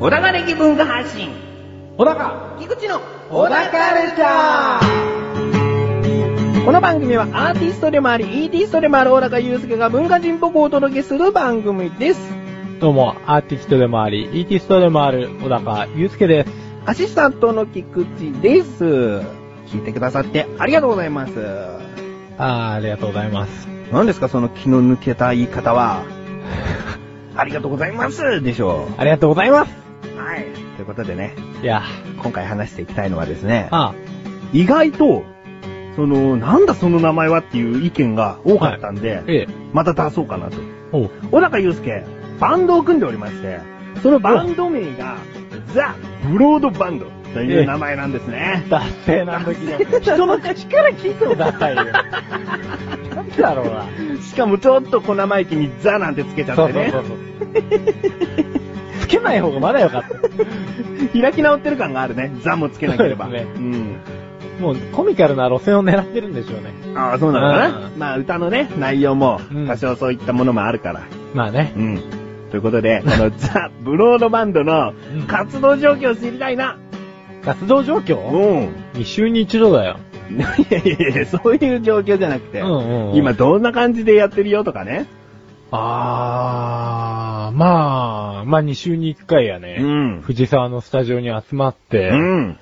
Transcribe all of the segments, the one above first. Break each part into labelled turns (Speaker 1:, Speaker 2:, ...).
Speaker 1: 小高歴文化発信
Speaker 2: 小高
Speaker 1: 菊池の
Speaker 2: 小高レチャー
Speaker 1: この番組はアーティストでもあり、イーティストでもある小高祐介が文化人っぽくお届けする番組です。
Speaker 2: どうも、アーティストでもあり、イーティストでもある、小高祐介です。
Speaker 1: アシスタントの菊池です。聞いてくださってありがとうございます。
Speaker 2: あー、ありがとうございます。
Speaker 1: 何ですかその気の抜けた言い方 は。ありがとうございますでしょ
Speaker 2: ありがとうございます
Speaker 1: う。はい。ということでね、
Speaker 2: いや、
Speaker 1: 今回話していきたいのはですね、
Speaker 2: あ
Speaker 1: 意外と、その、なんだその名前はっていう意見が多かったんで、
Speaker 2: ー、ええ、
Speaker 1: また出そうかなと。
Speaker 2: おう、
Speaker 1: 小高祐介、バンドを組んでおりまして、そのバンド名が、ザ・ブロードバンドという名前なんです ね。
Speaker 2: 達成な時の、人の口から聞いてもダサいよ。なんだろうな。
Speaker 1: しかもちょっと小生意気にザなんてつけちゃ
Speaker 2: そ
Speaker 1: っ
Speaker 2: う
Speaker 1: て
Speaker 2: そう
Speaker 1: ね
Speaker 2: そ、うそう。つけない方がまだよかった。
Speaker 1: 開き直ってる感があるね。ザもつけなければ。
Speaker 2: そうですね
Speaker 1: うん。
Speaker 2: もう、コミカルな路線を狙ってるんでしょうね。
Speaker 1: ああ、そうなのかな。
Speaker 2: う
Speaker 1: まあ歌のね、内容も
Speaker 2: うん
Speaker 1: 多少そういったものもあるから。
Speaker 2: まあね。
Speaker 1: うん。ということ で、このザ・ブロードバンドの
Speaker 2: うん
Speaker 1: 活動状況を知りたいな。
Speaker 2: 活動状況
Speaker 1: うん。
Speaker 2: 一週に一度だよ。
Speaker 1: いやいやいや、そういう状況じゃなくて、
Speaker 2: うんうんうん
Speaker 1: 今どんな感じでやってるよとかね。
Speaker 2: あー、まあ、まあ2週に1回やね。
Speaker 1: うん
Speaker 2: 藤沢のスタジオに集まって。
Speaker 1: うん。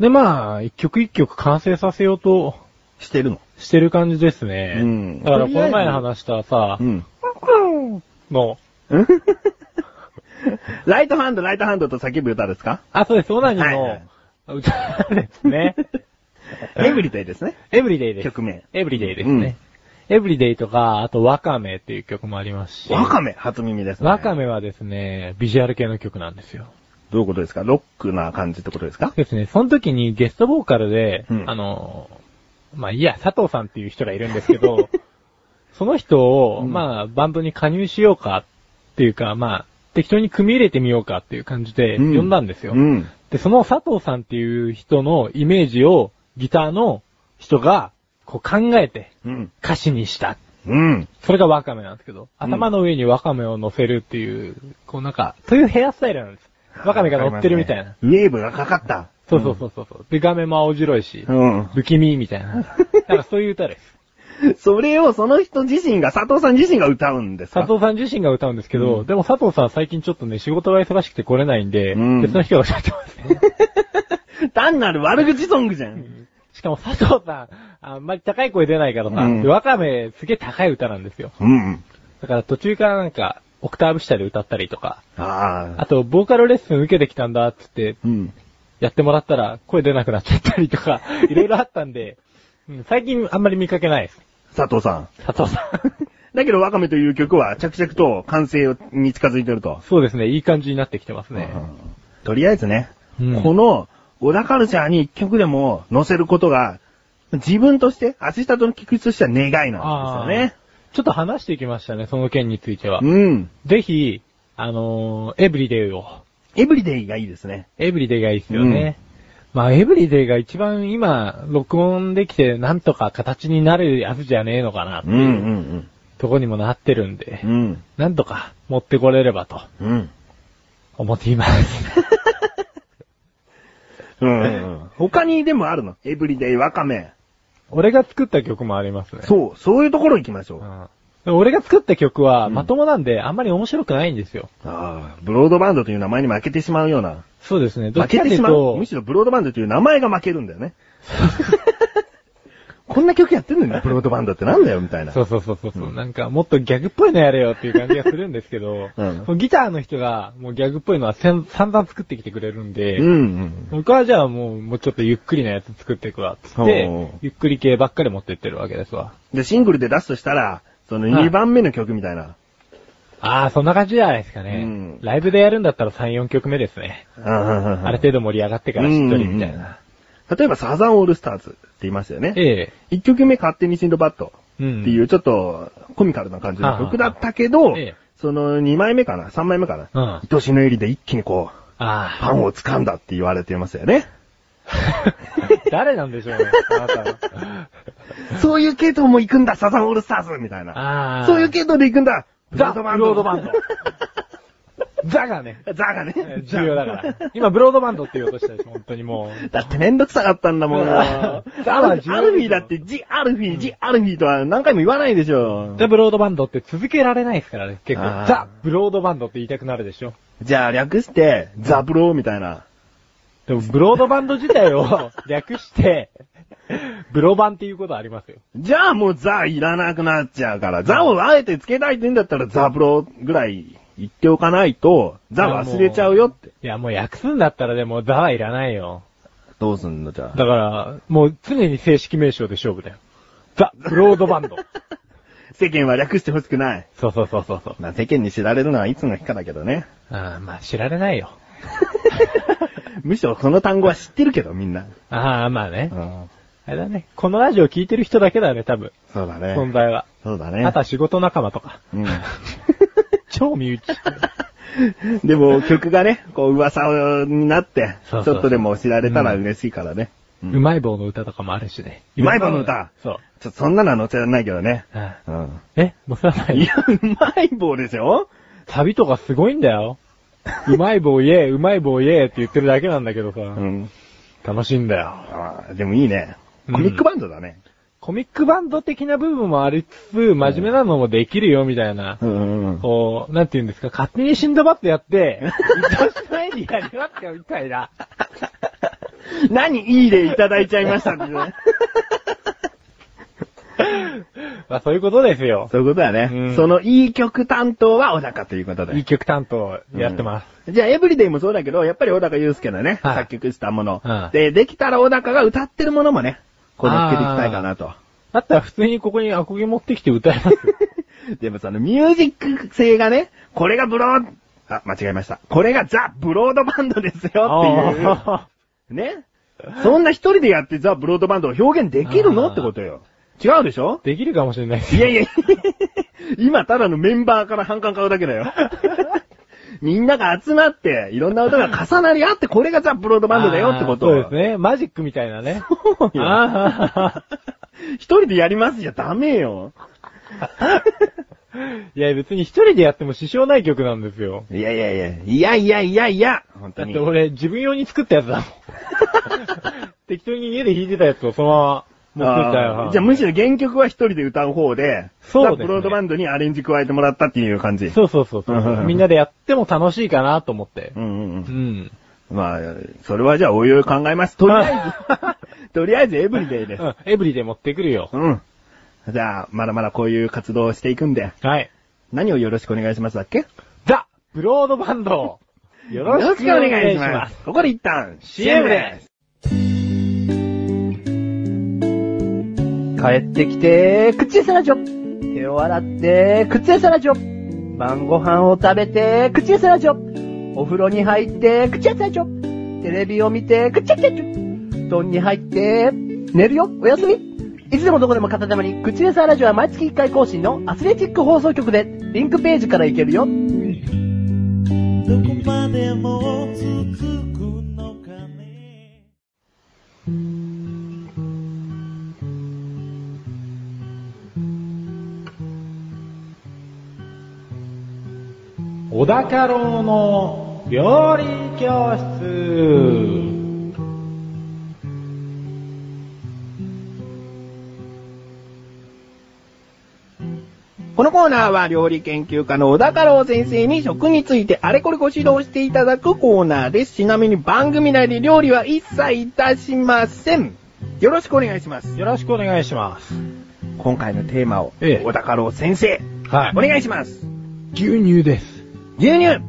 Speaker 2: で、まあ、一曲一曲完成させようと
Speaker 1: してるの。
Speaker 2: してる感じですね。
Speaker 1: うん
Speaker 2: だからこの前の話したさ、
Speaker 1: ん。
Speaker 2: の、
Speaker 1: ライトハンド、ライトハンドと叫ぶ歌ですか
Speaker 2: あ、そうです、オナニー
Speaker 1: はいは
Speaker 2: の歌で すね。
Speaker 1: エブリデイですね。
Speaker 2: エブリデイです。
Speaker 1: 曲名。
Speaker 2: エブリデイですね。エブリデイとか、あとワカメっていう曲もありますし。
Speaker 1: わかめ、初耳ですね。
Speaker 2: ワカメはですね、ビジュアル系の曲なんですよ。
Speaker 1: どういうことですかロックな感じってことですか
Speaker 2: ですね、その時にゲストボーカルで、
Speaker 1: うん
Speaker 2: あの、まあ、いや、佐藤さんっていう人がいるんです けど、その人を、
Speaker 1: うん
Speaker 2: まあ、バンドに加入しようかっていうか、まあ、適当に組み入れてみようかっていう感じで
Speaker 1: う
Speaker 2: 呼んだんですよ。
Speaker 1: うん。
Speaker 2: で、その佐藤さんっていう人のイメージをギターの人がこう考えて
Speaker 1: うん。
Speaker 2: 歌詞にした。
Speaker 1: うん。
Speaker 2: それがワカメなんですけど、
Speaker 1: うん
Speaker 2: 頭の上にワカメを乗せるっていう、こうなんか、そういうヘアスタイルなんです。ワカメが乗ってるみたいな。
Speaker 1: ウェーブがかかった。
Speaker 2: そうそうそうそうそう。で、画面も青白いし、
Speaker 1: うん。
Speaker 2: 不気味みた いな。だからそういう歌です。
Speaker 1: それをその人自身が、佐藤さん自身が歌うんですか
Speaker 2: 佐藤さん自身が歌うんですけど、でも佐藤さん最近ちょっとね、仕事が忙しくて来れないんで、
Speaker 1: うん
Speaker 2: 別の人が歌ってます ね。
Speaker 1: 単なる悪口ソングじゃん。
Speaker 2: しかも佐藤さん、あんまり高い声出ないからさ、
Speaker 1: うん
Speaker 2: でワカメすげえ高い歌なんですよ。
Speaker 1: うん。
Speaker 2: だから途中からなんか、オクターブ下で歌ったりとか、
Speaker 1: あ
Speaker 2: あ
Speaker 1: あ。
Speaker 2: と、ボーカルレッスン受けてきたんだっつって、
Speaker 1: うん。
Speaker 2: やってもらったら声出なくなっちゃったりとか、いろいろあったんで、うん最近あんまり見かけないです。
Speaker 1: 佐藤さん。
Speaker 2: 佐藤さん。
Speaker 1: だけど、ワカメという曲は着々と完成に近づいてると。
Speaker 2: そうですね、いい感じになってきてますね。
Speaker 1: とりあえずね、
Speaker 2: うん
Speaker 1: この、小田カルチャーに一曲でも載せることが、自分として、アシスタントの菊池としては願いなんですよね。
Speaker 2: ちょっと話していきましたね、その件については。
Speaker 1: うん。
Speaker 2: ぜひ、あのーエブリデイを。
Speaker 1: エブリデイがいいですね。
Speaker 2: エブリデイがいいっすよね。まあ、エブリデイが一番今、録音できて、なんとか形になるやつじゃねえのかな、
Speaker 1: うんうん
Speaker 2: とこにもなってるんで、
Speaker 1: うん。うん。
Speaker 2: なんとか持ってこれればと
Speaker 1: うん。
Speaker 2: 思って います。
Speaker 1: うん。他にでもあるのエブリデイ、ワカメ。
Speaker 2: 俺が作った曲もありますね。
Speaker 1: そう、そういうところ行きましょう。あ
Speaker 2: んでも俺が作った曲は、
Speaker 1: うん
Speaker 2: まともなんで、あんまり面白くないんですよ。
Speaker 1: あ、ブロードバンドという名前に負けてしまうような。
Speaker 2: そうですね。どっ
Speaker 1: 負
Speaker 2: ち
Speaker 1: け
Speaker 2: かと
Speaker 1: て
Speaker 2: い
Speaker 1: し
Speaker 2: う
Speaker 1: まう。
Speaker 2: と
Speaker 1: む、しろブロードバンドという名前が負けるんだよね。こんな曲やってんのにブロードバンドってなんだよ、みたいな。
Speaker 2: そうそうそうそう、うなんかもっとギャグっぽいのやれよっていう感じがするんですけど、
Speaker 1: うん
Speaker 2: そのギターの人がもうギャグっぽいのはせん散々作ってきてくれるんで、
Speaker 1: うんうん。
Speaker 2: 僕はじゃあもう、もうちょっとゆっくりなやつ作っていくわ、つって
Speaker 1: ほう、
Speaker 2: ゆっくり系ばっかり持ってってるわけですわ。
Speaker 1: で、シングルで出すとしたら、その
Speaker 2: はい
Speaker 1: 2番目の曲みたいな。
Speaker 2: ああ、そんな感じじゃないですかね。
Speaker 1: うん
Speaker 2: ライブでやるんだったら3、4曲目ですね。
Speaker 1: あ
Speaker 2: ある程度盛り上がってからしっとりみたいな。。
Speaker 1: 例えばサザンオールスターズって言いましたよね。
Speaker 2: え
Speaker 1: 1曲目勝手にシンドバッド
Speaker 2: え。うん。
Speaker 1: っていうちょっとコミカルな感じの曲だったけ
Speaker 2: は
Speaker 1: ど
Speaker 2: いはいはいええ、
Speaker 1: その2枚目かな ?3 枚目かな、
Speaker 2: うん
Speaker 1: 愛しの入りで一気にこう、
Speaker 2: あ
Speaker 1: ファンを掴んだって言われてますよね。
Speaker 2: あ。 誰なんでしょうね、あなたは。
Speaker 1: そういう系統も行くんだ、サザンオールスターズみたいな。
Speaker 2: ああ。
Speaker 1: そういう系統で行くんだ、ブロ
Speaker 2: ザ・
Speaker 1: ード
Speaker 2: ブ
Speaker 1: バンド。
Speaker 2: ロードバンド。ザがね、
Speaker 1: ザがね。
Speaker 2: 重要だから。今、ブロードバンドって言おうとしたでしょ、本当にもう。
Speaker 1: だってめんどくさかったんだもん。
Speaker 2: うん
Speaker 1: アルフィーだって、ジ・アルフィー、ジ・アルフィーとは何回も言わないでしょ。
Speaker 2: ザ・ブロードバンドって続けられないですからね、結
Speaker 1: あ
Speaker 2: 構。
Speaker 1: ー
Speaker 2: ザ・ブロードバンドって言いたくなるでしょ。
Speaker 1: じゃあ略して、ザ・ブローみたいな。
Speaker 2: でも、ブロードバンド自体を 略して、ブロバンっていうことはありますよ。
Speaker 1: じゃあもうザいらなくなっちゃうから、ザをあえてつけたいって言うんだったらザブロぐらい言っておかないと、ザ忘れちゃうよって。
Speaker 2: いや、もう訳すんだったらでも、ザはいらないよ。
Speaker 1: どうすんのじゃ
Speaker 2: だ
Speaker 1: あ。
Speaker 2: から、もう常に正式名称で勝負だよ。ザ・ブロードバンド。
Speaker 1: 世間は略してほしくない。
Speaker 2: そうそうそうそうそう。
Speaker 1: まあ世間に知られるのはいつの日かだけど ね。
Speaker 2: ああ、まあ知られないよ。
Speaker 1: むしろその単語は知ってるけどみんな。
Speaker 2: ああ、まあね
Speaker 1: う。ん。
Speaker 2: あれだね。このラジオ聞いてる人だけだね、多分。
Speaker 1: そうだね。
Speaker 2: 存在は。
Speaker 1: そうだね。
Speaker 2: あとは仕事仲間 とか。
Speaker 1: うん。
Speaker 2: 超身内。
Speaker 1: でも曲がね、こう噂になって、ち
Speaker 2: そ
Speaker 1: ょ
Speaker 2: う
Speaker 1: っ
Speaker 2: そう
Speaker 1: とでも知られたら嬉しいからね。うん
Speaker 2: うまい棒の歌とかもあるしね。
Speaker 1: うまい棒の歌
Speaker 2: そう。
Speaker 1: ちょっとそんなのは載せられないけどね。
Speaker 2: ああ
Speaker 1: うん。
Speaker 2: えもうさない
Speaker 1: いや、うまい棒でしょ
Speaker 2: サビとかすごいんだよ。うまい棒イエー、うまい棒イエーって言ってるだけなんだけどさ。
Speaker 1: うん。
Speaker 2: 楽しいんだよ。
Speaker 1: ああ、でもいいね。
Speaker 2: う
Speaker 1: コ
Speaker 2: ん
Speaker 1: ミックバンドだね。
Speaker 2: コミックバンド的な部分もありつつ、真面目なのもできるよ、みたいな。
Speaker 1: うんうんうん。
Speaker 2: こう、なんて言うんですか、勝手にシンドバッドやって、一つ前にやりますよ、みたいな。
Speaker 1: 何いいでいただいちゃいましたってね。
Speaker 2: まあそういうことですよ。
Speaker 1: そういうことだね。
Speaker 2: うん
Speaker 1: そのいい曲担当は小高ということ
Speaker 2: いい
Speaker 1: で。
Speaker 2: 曲担当やってます。
Speaker 1: じゃあ、エブリデイもそうだけど、やっぱり小高祐介のね、
Speaker 2: はい
Speaker 1: 作曲したもの、
Speaker 2: うん
Speaker 1: で、できたら小高が歌ってるものもね、こう乗っけていきたいかなと。
Speaker 2: だったら普通にここにアコギ持ってきて歌い ますよ。
Speaker 1: でもそのミュージック性がね、これがブロー、あ、間違えました。これがザ・ブロードバンドですよっていう。
Speaker 2: あ
Speaker 1: ねそんな一人でやってザ・ブロードバンドを表現できるの
Speaker 2: あー
Speaker 1: ってことよ。違うでしょ
Speaker 2: ーできるかもしれないです
Speaker 1: い
Speaker 2: よ。
Speaker 1: やいや、 今ただのメンバーから反感買うだけだ よ。みんなが集まって、いろんな歌が重なり合って、これがザ・ブロードバンドだよってこと
Speaker 2: あー
Speaker 1: よ。
Speaker 2: そうですね。マジックみたいなね。
Speaker 1: そうよ
Speaker 2: あ
Speaker 1: 一人でやりますじゃダメよ。
Speaker 2: ーいや、別に一人でやっても支障ない曲なんですよ。
Speaker 1: いやいやいや、いやいやいやいや、本当
Speaker 2: だっ
Speaker 1: に
Speaker 2: て。俺、自分用に作ったやつだもん。適当に家で弾いてたやつをそのまま持ってった
Speaker 1: あ
Speaker 2: よ
Speaker 1: ー。じゃあむしろ原曲は一人で歌う方で、
Speaker 2: そうですね
Speaker 1: ザ・ブロードバンドにアレンジ加えてもらったっていう感じ。
Speaker 2: そうそうそうそ
Speaker 1: うんうんう
Speaker 2: う。
Speaker 1: ん
Speaker 2: みんなでやっても楽しいかなと思って。
Speaker 1: うんうんう。
Speaker 2: うんん。
Speaker 1: まあ、それはじゃあおいおい考えます。とりあえず、とりあえずエブリデイで
Speaker 2: う。ん。エブリで持ってくるよ。
Speaker 1: うん。じゃあ、まだまだこういう活動をしていくんで、
Speaker 2: はい。
Speaker 1: 何をよろしくお願いしますだっけ
Speaker 2: ザ・ブロードバンドよろしくお願いします。。
Speaker 1: ここで一旦。
Speaker 2: CM です
Speaker 1: 帰ってきて、口サラジョ。手を洗って、口サラジョ。晩ご飯を食べて、口サラジョ。お風呂に入って、口サラジョ。テレビを見て、口サラジョ。布団に入って、寝るよ、おやすみ。いつでもどこでも片手間に、口レサラジオは毎月1回更新のアスレチック放送局で、リンクページから行けるよ。
Speaker 3: どこまでも続くのかね
Speaker 2: 小高郎の料理教室。
Speaker 1: このコーナーは料理研究家の小高郎先生に食についてあれこれご指導していただくコーナーです。ちなみに番組内で料理は一切いたしません。よろしくお願いします。
Speaker 2: よろしくお願いします。
Speaker 1: 今回のテーマを、
Speaker 2: ええ
Speaker 1: 小高郎先生、
Speaker 2: は
Speaker 1: お。願いします。
Speaker 2: 牛乳です。
Speaker 1: 牛乳、
Speaker 2: あ、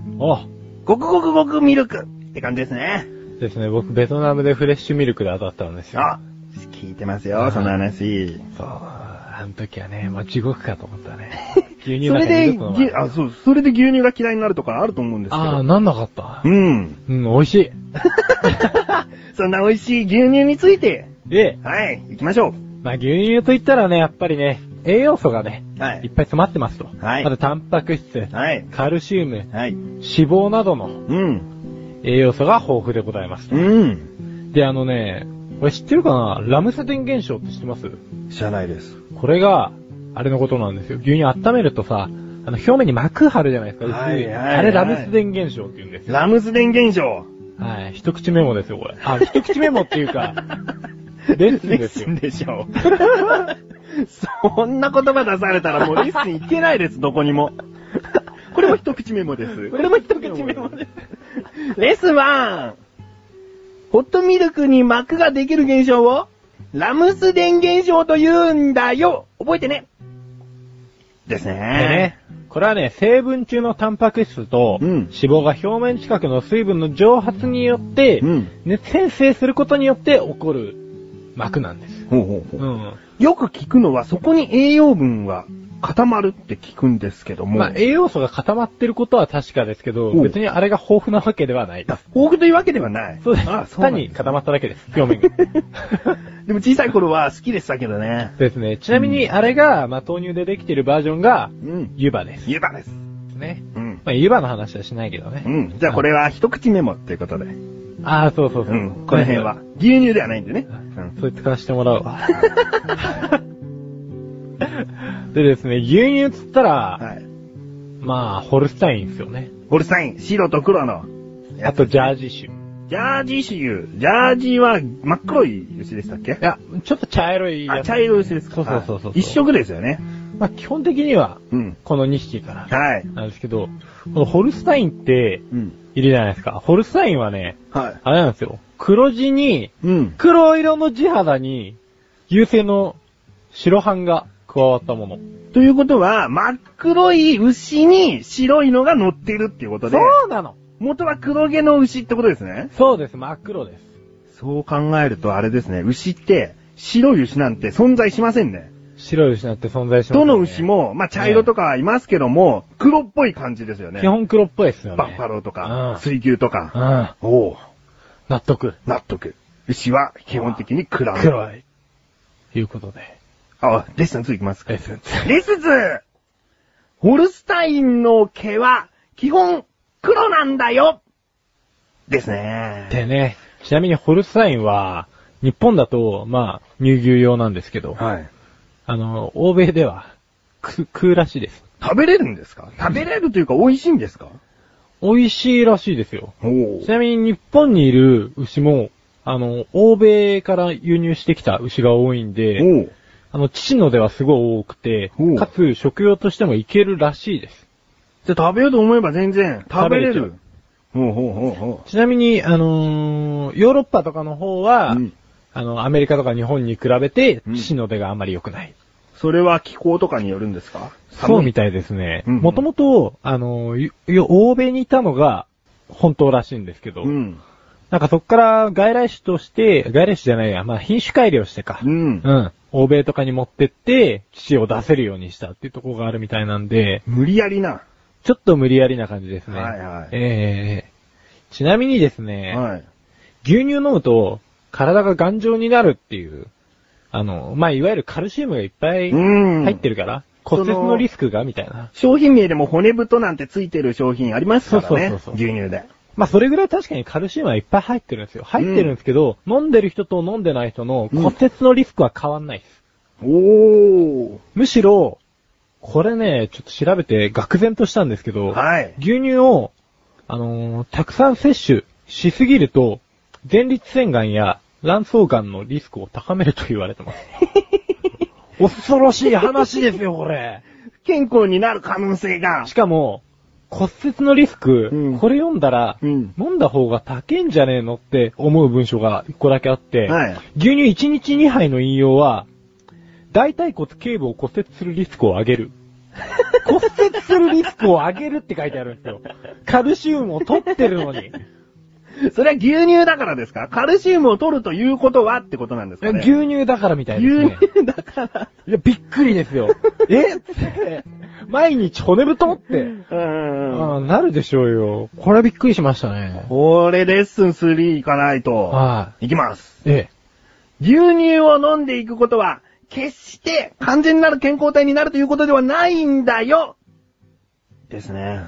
Speaker 1: ごくごくごくミルクって感じですね。
Speaker 2: ですね。僕、ベトナムでフレッシュミルクで当たったんですよ。
Speaker 1: あ、聞いてますよ、その話。
Speaker 2: そう。あの時はね、もう地獄かと思った ね。
Speaker 1: そ
Speaker 2: 牛乳なん
Speaker 1: れ
Speaker 2: か
Speaker 1: で、
Speaker 2: 二度と飲まない
Speaker 1: ぎあ、そう、それで牛乳が嫌いになるとかあると思うんですけ
Speaker 2: ああ、
Speaker 1: ど。
Speaker 2: なんなかった
Speaker 1: う。ん。
Speaker 2: うん、美味しい。
Speaker 1: そんな美味しい牛乳について、
Speaker 2: で、
Speaker 1: はい、行きましょ
Speaker 2: まあ、牛乳と言ったらね、やっぱりね、栄養素がね、
Speaker 1: う。はい
Speaker 2: っ
Speaker 1: い。
Speaker 2: ぱい詰まってますと。
Speaker 1: はい
Speaker 2: あと、タンパク質、
Speaker 1: はい。
Speaker 2: カルシウム、
Speaker 1: はい。
Speaker 2: 脂肪などの
Speaker 1: うん。
Speaker 2: 栄養素が豊富でございます。
Speaker 1: うん。
Speaker 2: で、あのね、俺知ってるかなラムサテン現象って知ってます
Speaker 1: 知らないです。
Speaker 2: これが、あれのことなんですよ。牛乳温めるとさ、あの、表面に膜張るじゃないですか、薄い。
Speaker 1: はいはいはい
Speaker 2: あれラムスデン現象って言うんですよ。
Speaker 1: ラムズデン現象
Speaker 2: はい。一口メモですよ、これ。あ、一口メモってい うか、レッスンです
Speaker 1: でし
Speaker 2: よ。
Speaker 1: ょ。 そんな言葉出されたらもうリスンいけないです、どこにも。これも一口メモです。これも一口メモです。レッスン 1! ホットミルクに膜ができる現象を、ラムスデン現象と言うんだよ覚えてねですね。
Speaker 2: でね、これはね、成分中のタンパク質と、
Speaker 1: うん
Speaker 2: 脂肪が表面近くの水分の蒸発によって、
Speaker 1: うん
Speaker 2: 熱生成することによって起こる膜なんです。
Speaker 1: ほうほうほう
Speaker 2: うん。
Speaker 1: よく聞くのは、そこに栄養分が固まるって聞くんですけども。
Speaker 2: まあ、栄養素が固まってることは確かですけど、
Speaker 1: うん
Speaker 2: 別にあれが豊富なわけではないです。
Speaker 1: 豊富というわけではない。
Speaker 2: そうです。
Speaker 1: あそうな
Speaker 2: 単
Speaker 1: ん
Speaker 2: に
Speaker 1: です
Speaker 2: 固まっただけです。表 面が。
Speaker 1: でも小さい頃は好きでしたけどね。
Speaker 2: ですね。ちなみに、あれが、まあ、豆乳でできてるバージョンが、
Speaker 1: うん。
Speaker 2: 湯葉です。
Speaker 1: 湯葉です。
Speaker 2: ね。
Speaker 1: うん。
Speaker 2: まあ、湯葉の話はしないけど
Speaker 1: う
Speaker 2: ね。
Speaker 1: ん。じゃあこれは一口メモっていうことで。う
Speaker 2: ああ、そうそうそう。
Speaker 1: ん。この辺は。。牛乳ではないんでね。うん。
Speaker 2: そいつからしてもらうわ。 でですね、牛乳っつったら、
Speaker 1: はい。
Speaker 2: まあ、ホルスタインですよね。
Speaker 1: ホルスタイン、白と黒の。
Speaker 2: あと、ジャージー種。い
Speaker 1: ジャージー種、ジャージーは真っ黒い牛でしたっけ
Speaker 2: や、ちょっと茶色い
Speaker 1: あ、
Speaker 2: やつ。
Speaker 1: 茶色い牛ですか
Speaker 2: そうそうそうそう
Speaker 1: はい一色ですよね。
Speaker 2: まあ、基本的には、
Speaker 1: うん。
Speaker 2: この2匹から。
Speaker 1: はい。
Speaker 2: なんですけど、このホルスタインって、
Speaker 1: うん。
Speaker 2: いるじゃないですか。ホルスタインはね、
Speaker 1: はい。
Speaker 2: あれなんですよ。黒地に、
Speaker 1: うん。
Speaker 2: 黒色の地肌に、優勢の白斑が加わったもの。
Speaker 1: ということは、真っ黒い牛に白いのが乗ってるっていうことで、
Speaker 2: そうなの
Speaker 1: 元は黒毛の牛ってことですね。
Speaker 2: そうです、真っ黒です。
Speaker 1: そう考えるとあれですね、牛って、白い牛なんて存在しませんね。
Speaker 2: 白い牛なんて存在します、
Speaker 1: ど
Speaker 2: ね。
Speaker 1: の牛、も、まあ茶色とかはいますけども、黒っぽい感じですよね。
Speaker 2: 基本黒っぽいですよね。
Speaker 1: バッファローと
Speaker 2: う
Speaker 1: か
Speaker 2: ん、
Speaker 1: 水牛とか。
Speaker 2: うん。
Speaker 1: おう
Speaker 2: 納得。
Speaker 1: 納得。牛は基本的に黒い。
Speaker 2: 黒い。いうことで。
Speaker 1: あ、レッスン2いきますか。
Speaker 2: レッスン
Speaker 1: レッスン 2! ホルスタインの毛は、基本、黒なんだよですね。
Speaker 2: でね、ちなみにホルスタインは、日本だと、まあ、乳牛用なんですけど、
Speaker 1: はい。
Speaker 2: あの、欧米では、く、食うらしいです。
Speaker 1: 食べれるんですか食べれるというか美味しいんですか
Speaker 2: 美味しいらしいですよ。
Speaker 1: おお
Speaker 2: ちなみに日本にいる牛も、あの、欧米から輸入してきた牛が多いんで、
Speaker 1: おう
Speaker 2: あの、父のではすごい多くて
Speaker 1: おう、
Speaker 2: かつ食用としてもいけるらしいです。
Speaker 1: じゃあ食べようと思えば全然食べれ
Speaker 2: 食べれ
Speaker 1: る。ほうほうほうほ
Speaker 2: ちなみに、あのーヨーロッパとかの方は、
Speaker 1: うん
Speaker 2: あの、アメリカとか日本に比べて
Speaker 1: う、ん
Speaker 2: 父の出があんまり良くない。
Speaker 1: う。それは気候とかによるんですか
Speaker 2: そうみ
Speaker 1: たい。
Speaker 2: たいですね。
Speaker 1: うんうん
Speaker 2: もともと、あの、よよ欧米にいたのが本当らしいんですけど、
Speaker 1: うん。
Speaker 2: なんかそっから外来種として、外来種じゃないや、まあ品種改良してか、
Speaker 1: う
Speaker 2: うん。
Speaker 1: ん。
Speaker 2: 欧米とかに持ってって、父を出せるようにしたっていうところがあるみたいなんで、
Speaker 1: 無理やりな。
Speaker 2: ちょっと無理やりな感じですね。
Speaker 1: はいはい
Speaker 2: ええちなみにですね、
Speaker 1: はい。
Speaker 2: 牛乳飲むと体が頑丈になるっていう、あの、まあいわゆるカルシウムがいっぱい
Speaker 1: うん
Speaker 2: 入ってるから、骨折
Speaker 1: そ
Speaker 2: の
Speaker 1: の
Speaker 2: リスクがみたいな。
Speaker 1: 商品名でも骨太なんてついてる商品ありますからね。
Speaker 2: そうそうそうそう
Speaker 1: 牛乳で。
Speaker 2: まあそれぐらい確かにカルシウムはいっぱい入ってるんですよ。入ってるんですけど、飲んでる人と飲んでない人の骨折のリスクは変わんないです。
Speaker 1: おお。
Speaker 2: むしろ、これね、ちょっと調べて愕然としたんですけど、
Speaker 1: はい。
Speaker 2: 牛乳を、あのーたくさん摂取しすぎると、前立腺がんや卵巣がんのリスクを高めると言われてます。 恐ろしい話ですよ、これ。
Speaker 1: 健康になる可能性が
Speaker 2: し。かも、骨折のリスク、
Speaker 1: うん
Speaker 2: これ読んだら、
Speaker 1: うん
Speaker 2: 飲んだ方が高いんじゃねえのって思う文章が一個だけあって、
Speaker 1: はい
Speaker 2: 牛乳1日2杯の飲用は、大腿骨頸部を骨折するリスクを上 げる。骨折するリスクを上げるって書いてあるんですよ。カルシウムを取ってるのに。
Speaker 1: それは牛乳だからですかカルシウムを取るということはってことなんですかね
Speaker 2: 牛乳だからみたいですね。
Speaker 1: 牛乳だから。
Speaker 2: いや、びっくりで すよ。えって、毎日骨太って。
Speaker 1: うんうんうん。
Speaker 2: ああ、なるでしょうよ。これはびっくりしましたね。
Speaker 1: これレッスン3行かないと。。
Speaker 2: はい
Speaker 1: きます。
Speaker 2: い。ええ。
Speaker 1: 牛乳を飲んでいくことは、決して完全なる健康体になるということではないんだよですね。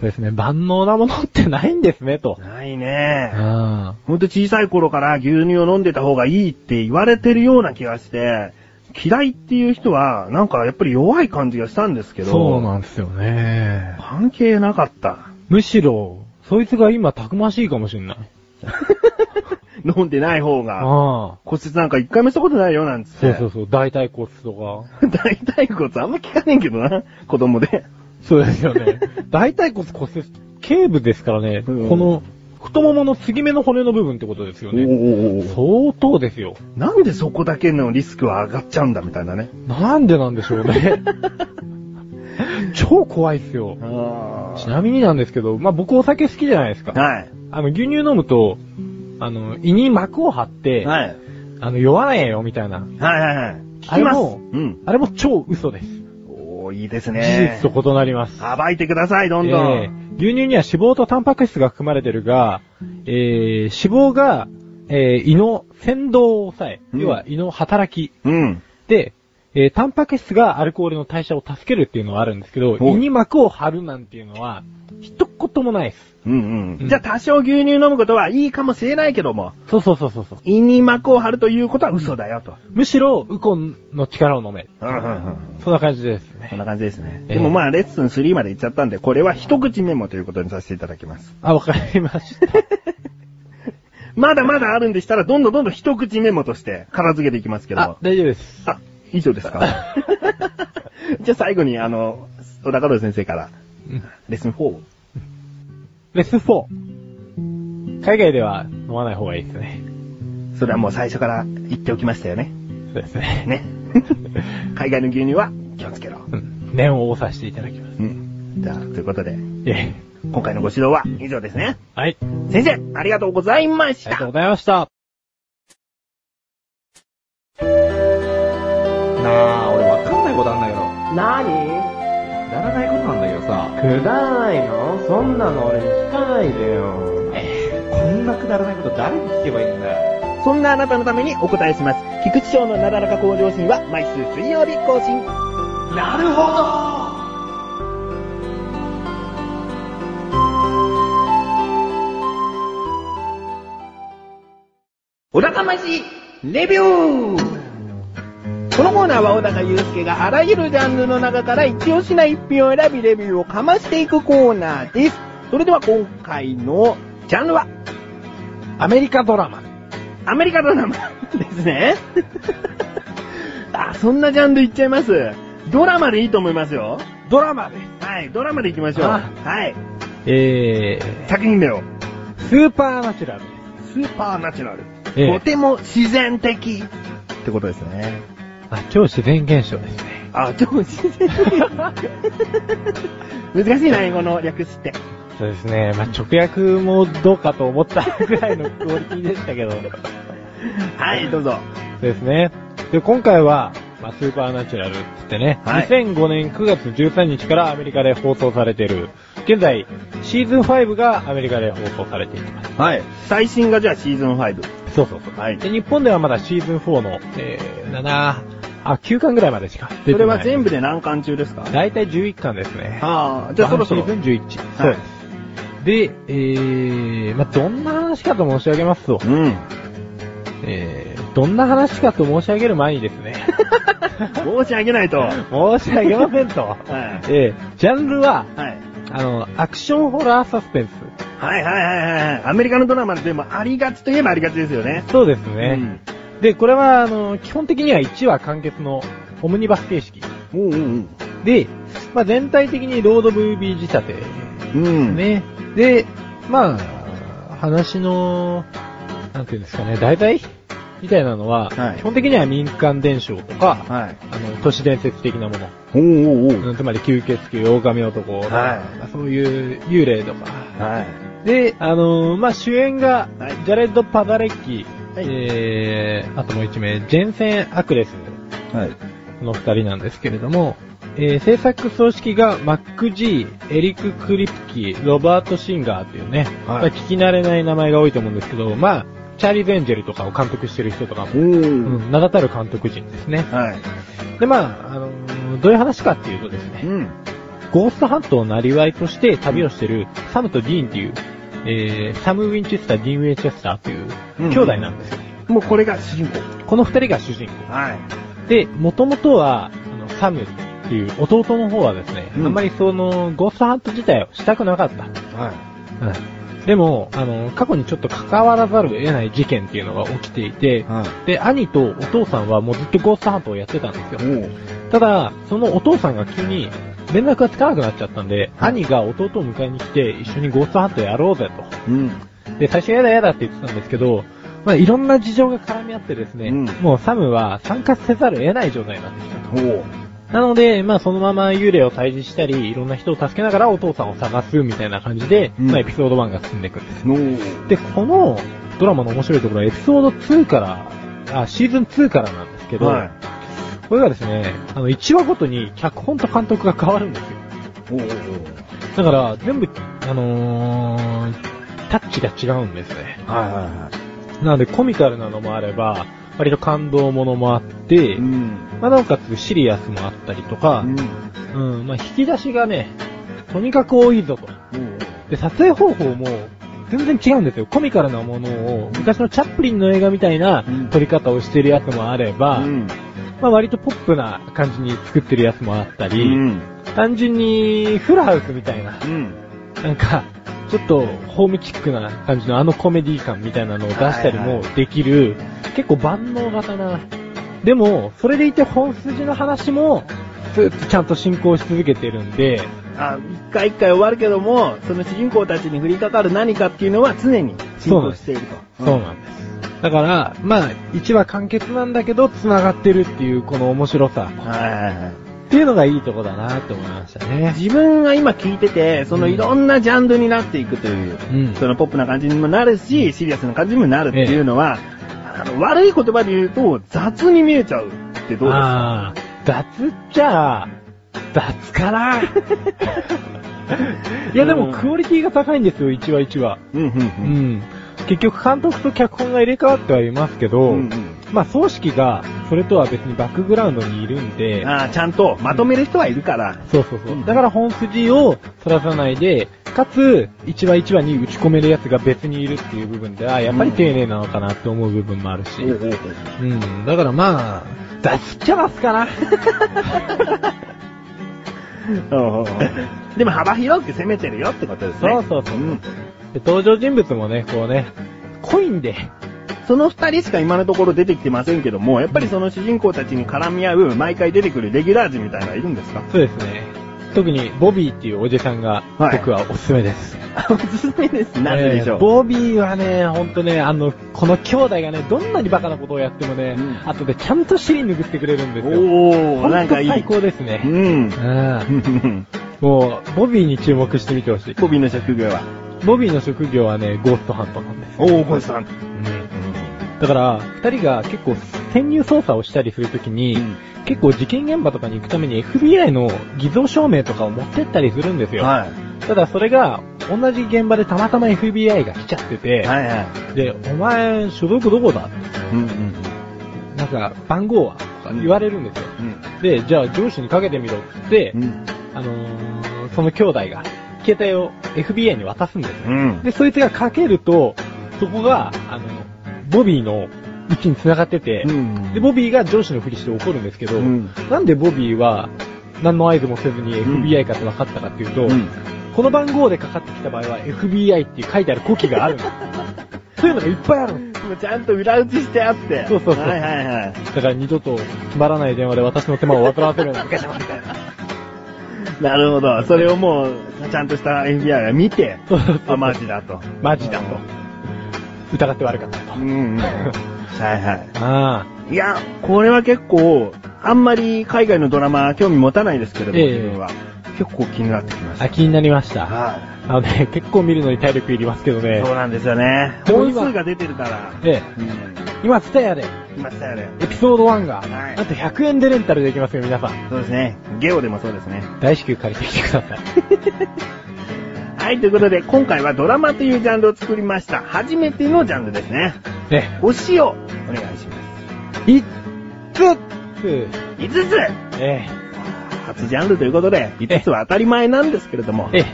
Speaker 2: そうですね。万能なものってないんですね、と。
Speaker 1: ない
Speaker 2: うん。
Speaker 1: ね。
Speaker 2: あ
Speaker 1: ほんと小さい頃から牛乳を飲んでた方がいいって言われてるような気がして、嫌いっていう人は、なんかやっぱり弱い感じがしたんですけど、
Speaker 2: そうなんですよね。
Speaker 1: 関係なかっ た。
Speaker 2: むしろ、そいつが今たくましいかもしんない。
Speaker 1: 飲んでない方が。
Speaker 2: ああ。
Speaker 1: 骨折なんか一回もしたことないよなんつっ
Speaker 2: そ
Speaker 1: て。
Speaker 2: うそうそう、大腿骨とか。
Speaker 1: 大腿骨あんま聞かねえけどな、子供で。
Speaker 2: そうですよね。 大腿骨骨折、頸部ですからね、
Speaker 1: うん
Speaker 2: この、太ももの継ぎ目の骨の部分ってことですよね。
Speaker 1: お
Speaker 2: 相当ですよ。
Speaker 1: なんでそこだけのリスクは上がっちゃうんだみたいなね。
Speaker 2: なんでなんでしょう ね。超怖いっすよ。ちなみになんですけど、まあ、僕お酒好きじゃないですか。
Speaker 1: はい。
Speaker 2: あの、牛乳飲むと、あの、胃に膜を張って、
Speaker 1: はい。
Speaker 2: あの、酔わねえよ、みたいな。
Speaker 1: はいはいはい。聞
Speaker 2: あ
Speaker 1: き
Speaker 2: れ
Speaker 1: ます。
Speaker 2: も
Speaker 1: うん。
Speaker 2: あれも超嘘です。
Speaker 1: おー、いいですね。
Speaker 2: 事実と異なります。
Speaker 1: 暴いてください、どんどん。
Speaker 2: えー牛乳には脂肪とタンパク質が含まれてるが、えー脂肪が、えー胃の先導を抑え、
Speaker 1: うん
Speaker 2: 要は胃の働き。
Speaker 1: うん。
Speaker 2: で、えータンパク質がアルコールの代謝を助けるっていうのはあるんですけど、
Speaker 1: お
Speaker 2: 胃に膜を張るなんていうのは、一言もないです。
Speaker 1: うん
Speaker 2: う
Speaker 1: うんん。じゃあ多少牛乳飲むことはいいかもしれないけども、
Speaker 2: そうそうそうそうそう。
Speaker 1: 胃に膜を張るということは嘘だよと。
Speaker 2: むしろ、ウコンの力を飲め。
Speaker 1: うんうんうん。
Speaker 2: そんな感じですね。
Speaker 1: こんな感じですね。
Speaker 2: ええ
Speaker 1: でもまあ、レッスン3まで行っちゃったんで、これは一口メモということにさせていただきます。
Speaker 2: あ、わかりました。
Speaker 1: まだまだあるんでしたら、どんどんどんどん一口メモとして、片付けていきますけども
Speaker 2: あ、大丈夫です。
Speaker 1: あ、以上ですか じゃあ最後に、あの、小高堂先生から、
Speaker 2: うん
Speaker 1: レッスン4。
Speaker 2: レッスン4。海外では飲まない方がいいですね。
Speaker 1: それはもう最初から言っておきましたよね。
Speaker 2: そうです ね。
Speaker 1: ね。海外の牛乳は気をつけろ。
Speaker 2: うん念を押させていただきます。
Speaker 1: うん。じゃあ、ということで、
Speaker 2: いえ。
Speaker 1: 今回のご指導は以上ですね。
Speaker 2: はい。あ
Speaker 1: 先生、ありがとうございまし
Speaker 2: りがとう
Speaker 1: た。
Speaker 2: ございました。
Speaker 4: なあ、俺わかんないことあんだけど。く
Speaker 5: なに
Speaker 4: だらないことなんだけどさ、
Speaker 5: くだらないのそんなの俺に聞かないでよ。
Speaker 4: こんなくだらないこと誰に聞けばいいんだよ。
Speaker 1: そんなあなたのためにお答えします。菊池賞のなだらか向上心は毎週水曜日更新。
Speaker 4: なるほど
Speaker 1: 小高ましレビューこのコーナーは小高祐介があらゆるジャンルの中から一押しな一品を選びレビューをかましていくコーナーです。それでは今回のジャンルは
Speaker 2: アメリカドラマ。
Speaker 1: アメリカドラマですね。 あ、そんなジャンルいっちゃいます。ドラマでいいと思いますよ。
Speaker 2: ドラマです。
Speaker 1: はい、ドラマでいきましょう。
Speaker 2: あ
Speaker 1: はい、
Speaker 2: え
Speaker 1: 作品名を。
Speaker 2: ー、スーパーナチュラルで
Speaker 1: スーパーナチュラル。
Speaker 2: す。え
Speaker 1: と
Speaker 2: ー、
Speaker 1: ても自然的ってことですね。
Speaker 2: あ、超自然現象ですね。
Speaker 1: あ、超自 然難しいな、英語の略詞って。
Speaker 2: そうですね。まあ、直訳もどうかと思ったぐらいのクオリティでしたけど。そう
Speaker 1: はい、どうぞ。
Speaker 2: ですね。で、今回は、まあ、スーパーナチュラルって言ってね、
Speaker 1: はい
Speaker 2: 2005年9月13日からアメリカで放送されている、現在、シーズン5がアメリカで放送されています。
Speaker 1: はい。最新がじゃあシーズン5。
Speaker 2: そうそうそう。
Speaker 1: はい
Speaker 2: で、日本ではまだシーズン4の、えー、7、あ、9巻ぐらいまでしか
Speaker 1: それは全
Speaker 2: 部。
Speaker 1: 部で何巻中ですか
Speaker 2: だいたい11巻ですね。
Speaker 1: ああ、じゃあそろそろ
Speaker 2: シ。ーズン11。そうです。で、えー、まあ、どんな話かと申し上げますと、
Speaker 1: うん。
Speaker 2: えー、どんな話かと申し上げる前にです ね、
Speaker 1: 申し上げない と。は
Speaker 2: 申し上げませんと。
Speaker 1: い。はい。
Speaker 2: えー、ジャンルは、
Speaker 1: はい
Speaker 2: あの、アクションホラーサスペンス。
Speaker 1: はいはいはいはい。アメリカのドラマでもありがちといえばありがちですよね。
Speaker 2: そうです
Speaker 1: う
Speaker 2: ね。
Speaker 1: ん。
Speaker 2: で、これは、あの、基本的には1話完結のオムニバス形式。
Speaker 1: うんうん
Speaker 2: で、まあ、全体的にロードムービー仕立て
Speaker 1: うん。うん。
Speaker 2: ね。で、まあ、話の、なんていうんですかね、題材みたいなのは、
Speaker 1: はい
Speaker 2: 基本的には民間伝承とか、
Speaker 1: はい。
Speaker 2: あの、都市伝説的なもの。
Speaker 1: おうおうおう。
Speaker 2: うんつまり吸血鬼、狼男とか、
Speaker 1: はい
Speaker 2: まあそういう幽霊とか。
Speaker 1: はい。
Speaker 2: で、あのーまあ、主演が
Speaker 1: はい、
Speaker 2: ジャレッド・パダレッキ、
Speaker 1: はい
Speaker 2: えー、あともう一名、ジェンセン・アクレス。
Speaker 1: はい。
Speaker 2: この二人なんですけれども、えー制作組織がマック・ジー、エリック・クリプキー、ロバート・シンガーというね、まあ聞き慣れない名前が多いと思うんですけど、まあ、チャーリー・ベンジェルとかを監督してる人とかも、
Speaker 1: お
Speaker 2: う
Speaker 1: う。
Speaker 2: ん名だたる監督人ですね。
Speaker 1: はい。
Speaker 2: で、まあ、あのーどういう話かっていうとです
Speaker 1: う
Speaker 2: ね、
Speaker 1: ん。
Speaker 2: ゴースト半島をなりわいとして旅をしてるサムとディーンっていう、えー、サム・ウィンチェスター、ディーン・ウィンチェスターっていう
Speaker 1: うん
Speaker 2: 兄弟なんですよ。
Speaker 1: もうこれが主人公。
Speaker 2: この二人が主人公。
Speaker 1: はい。
Speaker 2: で、元々は、あの、サムっていう弟の方はですね、
Speaker 1: うん
Speaker 2: あんまりその、ゴーストハント自体をしたくなかった。
Speaker 1: は
Speaker 2: でも、あの、過去にちょっと関わらざるを得ない事件っていうのが起きていて、
Speaker 1: はい。
Speaker 2: で、兄とお父さんはもうずっとゴーストハントをやってたんですよ。
Speaker 1: おう。
Speaker 2: ただ、そのお父さんが急に連絡がつかなくなっちゃったんで、
Speaker 1: はい
Speaker 2: 兄が弟を迎えに来て一緒にゴーストハントやろうぜ
Speaker 1: うん。
Speaker 2: と。で、最初やだやだって言ってたんですけど、まあいろんな事情が絡み合ってですね、
Speaker 1: うん
Speaker 2: もうサムは参加せざるを得ない状態なんですよ。
Speaker 1: おう。
Speaker 2: なので、まあそのまま幽霊を退治したり、いろんな人を助けながらお父さんを探すみたいな感じで、
Speaker 1: うん
Speaker 2: まあエピソード1が進んでいくんです。
Speaker 1: おう。
Speaker 2: で、このドラマの面白いところはエピソード2から、あ、シーズン2からなんですけど、
Speaker 1: はい。
Speaker 2: これがですね、あの1話ごとに脚本と監督が変わるんですよ。
Speaker 1: おう。
Speaker 2: だから全部、あのー、タッチが違うんですね。
Speaker 1: はいはいは
Speaker 2: なのでコミカルなのもあれば、割と感動ものもあって、
Speaker 1: い。ん。
Speaker 2: まあなおかつシリアスもあったりとか、
Speaker 1: うん。
Speaker 2: うん、まあ、引き出しがね、とにかく多いぞと。で、撮影方法も、全然違うんですよ。コミカルなものを、昔のチャップリンの映画みたいな
Speaker 1: うん
Speaker 2: 撮り方をしてるやつもあれば、
Speaker 1: うん。
Speaker 2: まあ割とポップな感じに作ってるやつもあった
Speaker 1: う
Speaker 2: り、
Speaker 1: ん。
Speaker 2: 単純にフルハウスみたいな、
Speaker 1: うん。
Speaker 2: なんか、ちょっとホームチックな感じのあのコメディ感みたいなのを出したりもできる、結構万能型な。でも、それでいて本筋の話も、ずっとちゃんと進行し続けてるんで、
Speaker 1: あ、一回一回終わるけども、その主人公たちに降りかかる何かっていうのは常に進行していると。
Speaker 2: そうなんです。だから、まあ、1話完結なんだけど、繋がってるっていう、この面白さ。
Speaker 1: うんはいはいはい。
Speaker 2: っていうのがいいとこだなって思いましたね。
Speaker 1: 自分が今聞いてて、その
Speaker 2: うん
Speaker 1: いろんなジャンルになっていくという、
Speaker 2: うん
Speaker 1: そのポップな感じにもなるし、シリアスな感じにもなるっていうのは、あの悪い言葉で言うと、雑に見えちゃうってどうですか
Speaker 2: ああ、雑っちゃ、雑かな いやで
Speaker 1: うん
Speaker 2: もクオリティが高いんですよ、1話1話。
Speaker 1: うんうんう。
Speaker 2: うんん。結局監督と脚本が入れ替わってはいますけど、
Speaker 1: うん
Speaker 2: まあ葬式がそれとは別にバックグラウンドにいるん
Speaker 1: う
Speaker 2: で
Speaker 1: ん、あーちゃんとまとめる人はいるから。
Speaker 2: そうそうそうう。
Speaker 1: ん
Speaker 2: だから本筋をそらさないで、かつ、一話一話に打ち込めるやつが別にいるっていう部分では、やっぱり丁寧なのかなって思う部分もあるし。うん。だからまあ、雑っちゃ雑 かな。
Speaker 1: でも幅広く攻めてるよってことですね。
Speaker 2: そうそうそうんで登場人物もね、こうね、濃いんで。
Speaker 1: その二人しか今のところ出てきてませんけども、やっぱりその主人公たちに絡み合う、毎回出てくるレギュラー陣みたいなのいるんですか
Speaker 2: そうですね。特に、ボビーっていうおじさんが、
Speaker 1: はい
Speaker 2: 僕はおすすめです。
Speaker 1: おすすめです。なぜでしょ
Speaker 2: えー
Speaker 1: う。
Speaker 2: ボビーはね、ほんとね、あの、この兄弟がね、どんなにバカなことをやってもね、
Speaker 1: うん
Speaker 2: 後でちゃんと尻拭ってくれるんですよ。
Speaker 1: お
Speaker 2: ほ
Speaker 1: ー、
Speaker 2: んと
Speaker 1: なんかいい。
Speaker 2: 最高ですね。
Speaker 1: うん。
Speaker 2: うんもう、ボビーに注目してみてほしい。
Speaker 1: コビーの職業は。
Speaker 2: ボビーの職業はね、ゴーストハントなんです。
Speaker 1: おー、コさん。
Speaker 2: だから、二人が結構潜入捜査をしたりするときに、
Speaker 1: うん
Speaker 2: 結構事件現場とかに行くために FBI の偽造証明とかを持ってったりするんですよ。
Speaker 1: は
Speaker 2: ただそれが、同じ現場でたまたま FBI が来ちゃって
Speaker 1: い。
Speaker 2: て、
Speaker 1: はいはい。
Speaker 2: で、お前、所属どこだ
Speaker 1: うんうん
Speaker 2: なんか、番号はとか言われるんですよ。
Speaker 1: うん。
Speaker 2: で、じゃあ上司にかけてみろって言って、
Speaker 1: うん。
Speaker 2: あのー、その兄弟が、携帯を FBI に渡すんですね。
Speaker 1: うん。
Speaker 2: で、そいつがかけると、そこが、あの、ボビーの位置に繋がってて、
Speaker 1: うん
Speaker 2: で、ボビーが上司のふりして怒るんですけど、
Speaker 1: うん
Speaker 2: なんでボビーは、何の合図もせずに
Speaker 1: うん
Speaker 2: FBI かって分かったかっていうと、
Speaker 1: うん
Speaker 2: この番号でかかってきた場合は FBI っていう書いてあるコキが あるんです。そういうのがいっぱいあるんです。
Speaker 1: もうちゃんと裏打ちしてあって。
Speaker 2: そうそうそう
Speaker 1: はいはいはい。
Speaker 2: だから二度とつまらない電話で私の手間を煩わせるなんて。
Speaker 1: なるほど。それをもう、ちゃんとした FBI が見て
Speaker 2: そうそう、そう
Speaker 1: あ、マジだと。
Speaker 2: マジだと。疑って悪かった
Speaker 1: う
Speaker 2: と。
Speaker 1: んうん。はいは
Speaker 2: ああ。
Speaker 1: い。いや、これは結構、あんまり海外のドラマ興味持たないですけれども、
Speaker 2: ええ
Speaker 1: 自分は。結構気になってきました。
Speaker 2: あ、気になりました。
Speaker 1: は
Speaker 2: あのね、結構見るのに体力いりますけど
Speaker 1: い。
Speaker 2: ね
Speaker 1: そ。うなんですよね。
Speaker 2: でも
Speaker 1: 本
Speaker 2: 今
Speaker 1: 数が出てるから。
Speaker 2: ええ、
Speaker 1: うん。
Speaker 2: 今、ツタヤで、
Speaker 1: いましたよね。
Speaker 2: エピソード1が、
Speaker 1: はい
Speaker 2: なんと100円でレンタルできますよ、皆さん。
Speaker 1: そうですね。ゲオでもそうですね。
Speaker 2: 大至急借りてきてください。
Speaker 1: はい、ということで、今回はドラマというジャンルを作りました。初めてのジャンルですね。
Speaker 2: ね、
Speaker 1: 推しをお願いします。
Speaker 2: いっつつ
Speaker 1: 5つ
Speaker 2: ええ
Speaker 1: 初ジャンルということで、5つは当たり前なんですけれども、
Speaker 2: ええ
Speaker 1: うん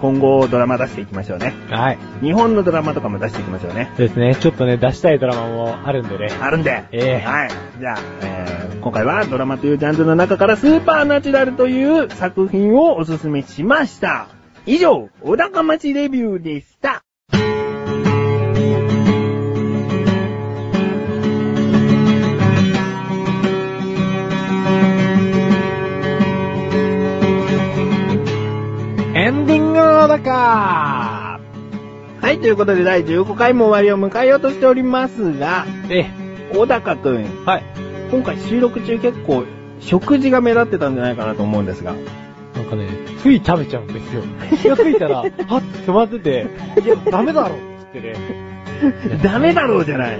Speaker 1: 今後ドラマ出していきましょうね。
Speaker 2: はい。
Speaker 1: 日本のドラマとかも出していきましょうね。
Speaker 2: そうですね。ちょっとね、出したいドラマもあるんでね。
Speaker 1: あるんで。
Speaker 2: ええ
Speaker 1: はい。じゃあ、えー今回はドラマというジャンルの中からスーパーナチュラルという作品をおすすめしました。以上、小高町レビューでした。
Speaker 2: エンディングの
Speaker 1: は
Speaker 2: 中
Speaker 1: い、ということで第15回も終わりを迎えようとしておりますが、
Speaker 2: ええ、
Speaker 1: 小高くん、
Speaker 2: はい。
Speaker 1: 今回収録中結構食事が目立ってたんじゃないかなと思うんです が。
Speaker 2: なんかね、つい食べちゃうんですよ。気がついた ら、はってつまってて、いや、ダメだろっつってね。
Speaker 1: ダメだろうじゃない。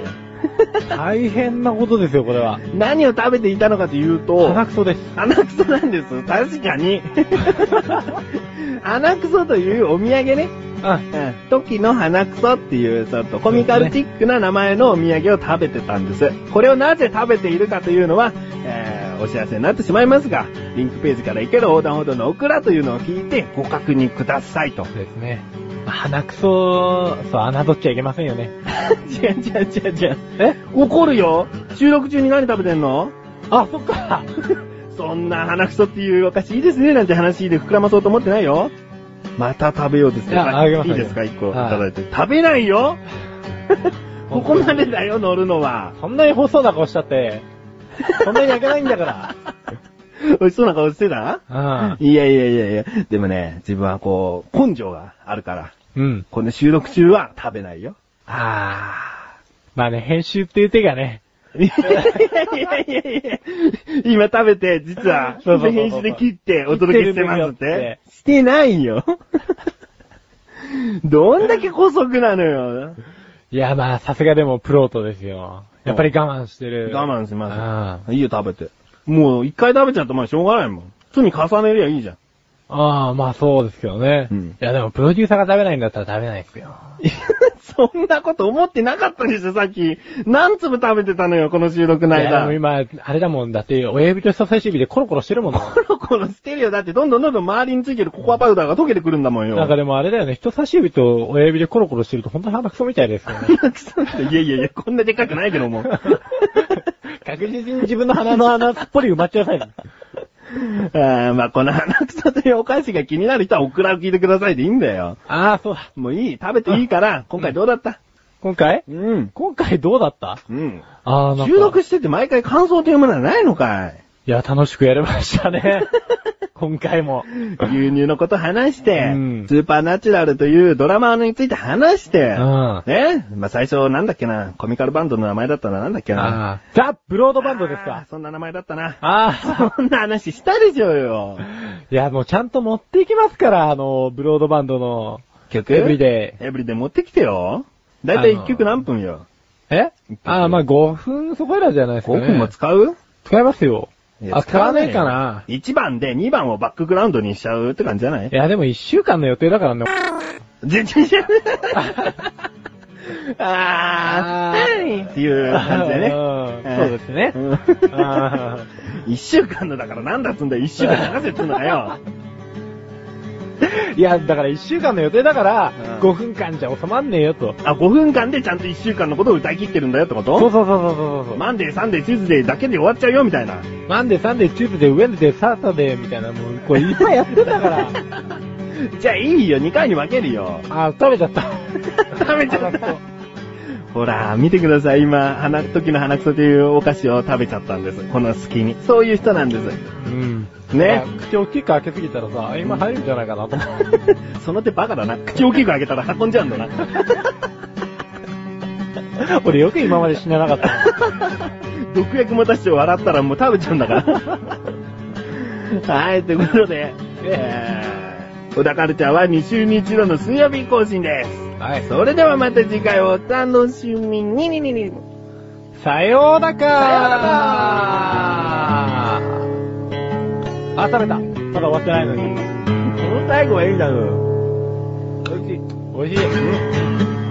Speaker 2: 大変なことですよ、これは。
Speaker 1: 何を食べていたのかという と、
Speaker 2: 鼻くそです。
Speaker 1: 穴くそなんです。確かに。穴くそというお土産ね。
Speaker 2: あ、
Speaker 1: うん。時の花くそっていう、ちょっとコミカルチックな名前のお土産を食べてたんです。これをなぜ食べているかというのは、えー、お知らせになってしまいますが、リンクページから行ける横断歩道のオクラというのを聞いてご確認くださいと
Speaker 2: そ。うですね。まあ鼻くそ、そう、侮っちゃいけませんよね。
Speaker 1: 違う違う違う違う。
Speaker 2: え
Speaker 1: 怒るよ収録中に何食べてんの
Speaker 2: あ、そっか。
Speaker 1: そんな鼻くそっていうお菓子いいですねなんて話で膨らまそうと思ってないよ。また食べようです
Speaker 2: いやあげます
Speaker 1: いいですか
Speaker 2: あげ
Speaker 1: 一
Speaker 2: ます
Speaker 1: 個いただいて。食べないよ ここまでだよ、乗るのは。
Speaker 2: そんなに細な顔しちゃって、そんなに焼けないんだ か
Speaker 1: 美味しそうな顔してた
Speaker 2: ら。
Speaker 1: いやいやいやいや。でもね、自分はこう、根性があるから、
Speaker 2: うん。うん。
Speaker 1: この収録中は食べないよ。
Speaker 2: あー。まあね、編集っていう手がね、
Speaker 1: いやいやいやいや今食べて、実は、
Speaker 2: そうそうそうそう
Speaker 1: 編集で切ってお届けしてますって。してないよ。どんだけ古速なのよ。
Speaker 2: いやまあ、さすがでもプロとですよ。やっぱり我慢してる。
Speaker 1: 我慢し
Speaker 2: あ
Speaker 1: ます。いいよ、食べて。もう、一回食べちゃったらまあしょうがないもん。つに重ねりゃいいじゃん。
Speaker 2: ああ、まあそうですけどね。
Speaker 1: うん
Speaker 2: いやでもプロデューサーが食べないんだったら食べないですよ。
Speaker 1: そんなこと思ってなかったでしょ、さっき。何粒食べてたのよ、この収録の
Speaker 2: いやで
Speaker 1: 間
Speaker 2: も。今、あれだもんだって、親指と人差し指でコロコロしてるも の。
Speaker 1: コロコロしてるよ。だって、どんどんどんどん周りについてるココアパウダーが溶けてくるんだもんよ。
Speaker 2: なんかでもあれだよね、人差し指と親指でコロコロしてると本当に鼻くそみたいですよ ね。
Speaker 1: くそっていやいやいや、こんなでっかくないけども。
Speaker 2: 確実に自分の鼻の穴すっぽり埋まっちゃうタイプ。
Speaker 1: あーまあ、この鼻くそというお菓子が気になる人はオクラを聞いてくださいでいいんだよ。
Speaker 2: ああ、そうだ。
Speaker 1: もういい、食べていいから、今回どうだった
Speaker 2: 今回
Speaker 1: うん。
Speaker 2: 今回どうだった
Speaker 1: うん。
Speaker 2: ああ、なんか。
Speaker 1: 収録してて毎回感想というものはないのかい
Speaker 2: いや、楽しくやりましたね。 今回も。
Speaker 1: 牛乳のこと話して、
Speaker 2: うん
Speaker 1: スーパーナチュラルというドラマについて話して、
Speaker 2: うん
Speaker 1: ね、まあ、最初なんだっけな、コミカルバンドの名前だったな、なんだっけな。
Speaker 2: ああ。ザ・ブロードバンドです
Speaker 1: あ
Speaker 2: か
Speaker 1: ー。そんな名前だったな。
Speaker 2: あ
Speaker 1: そんな話したでしょうよ。
Speaker 2: あ。いや、もうちゃんと持っていきますから、あの、ブロードバンドの。
Speaker 1: 曲
Speaker 2: エブリデ
Speaker 1: イ。エブリデイ持ってきてよ。だいたい1曲何分よ。
Speaker 2: えああ、まあ5分そこらじゃないですかね。
Speaker 1: 5分も使う
Speaker 2: 使いますよ。
Speaker 1: いや
Speaker 2: あ、使わないかな。
Speaker 1: ?1 番で2番をバックグラウンドにしちゃうって感じじゃない
Speaker 2: いや、でも1週間の予定だ からね。
Speaker 1: 全然 知らない。あ
Speaker 2: あ
Speaker 1: ー、っていう感じでね。
Speaker 2: うんそうですね
Speaker 1: うん
Speaker 2: あ
Speaker 1: 一週間のだからなんだっつうんだよ、一週間流せっつうんだよ。
Speaker 2: いや、だから1週間の予定だから
Speaker 1: うん、
Speaker 2: 5分間じゃ収まんねえよと。
Speaker 1: あ、5分間でちゃんと一週間のことを歌い切ってるんだよってこ
Speaker 2: そう
Speaker 1: と
Speaker 2: そうそうそうそう。
Speaker 1: マンデー、サンデー、チューズデーだけで終わっちゃうよみたいな。
Speaker 2: マンデー、サンデー、チューズデー、ウェンズデー、サータデーみたいな、もう、これいっ ぱいやってんだから。
Speaker 1: じゃあいいよ、2回に分けるよ。
Speaker 2: あ、食べちゃった。
Speaker 1: 食べちゃった。ほら、見てください。今、花、時の花くそというお菓子を食べちゃったんです。この隙に。そういう人なんです。
Speaker 2: うん。
Speaker 1: ね
Speaker 2: まあ。口大きく開けすぎたらさ、今入るんじゃないかなと思って。
Speaker 1: その手バカだな。口大きく開けたら運んじゃうんだな。
Speaker 2: 俺よく今まで死ななかった。
Speaker 1: 毒薬持たして笑ったらもう食べちゃうんだから。 はい、ということで、えー、小田カルチャーは2週に1度の水曜日更新です。
Speaker 2: はい。
Speaker 1: それではまた次回をお楽しみにににに。
Speaker 2: さようなか
Speaker 1: さような
Speaker 2: あ、食べた。まだ終わってないのに。
Speaker 1: この最後はいいだろう。
Speaker 2: 美味しい。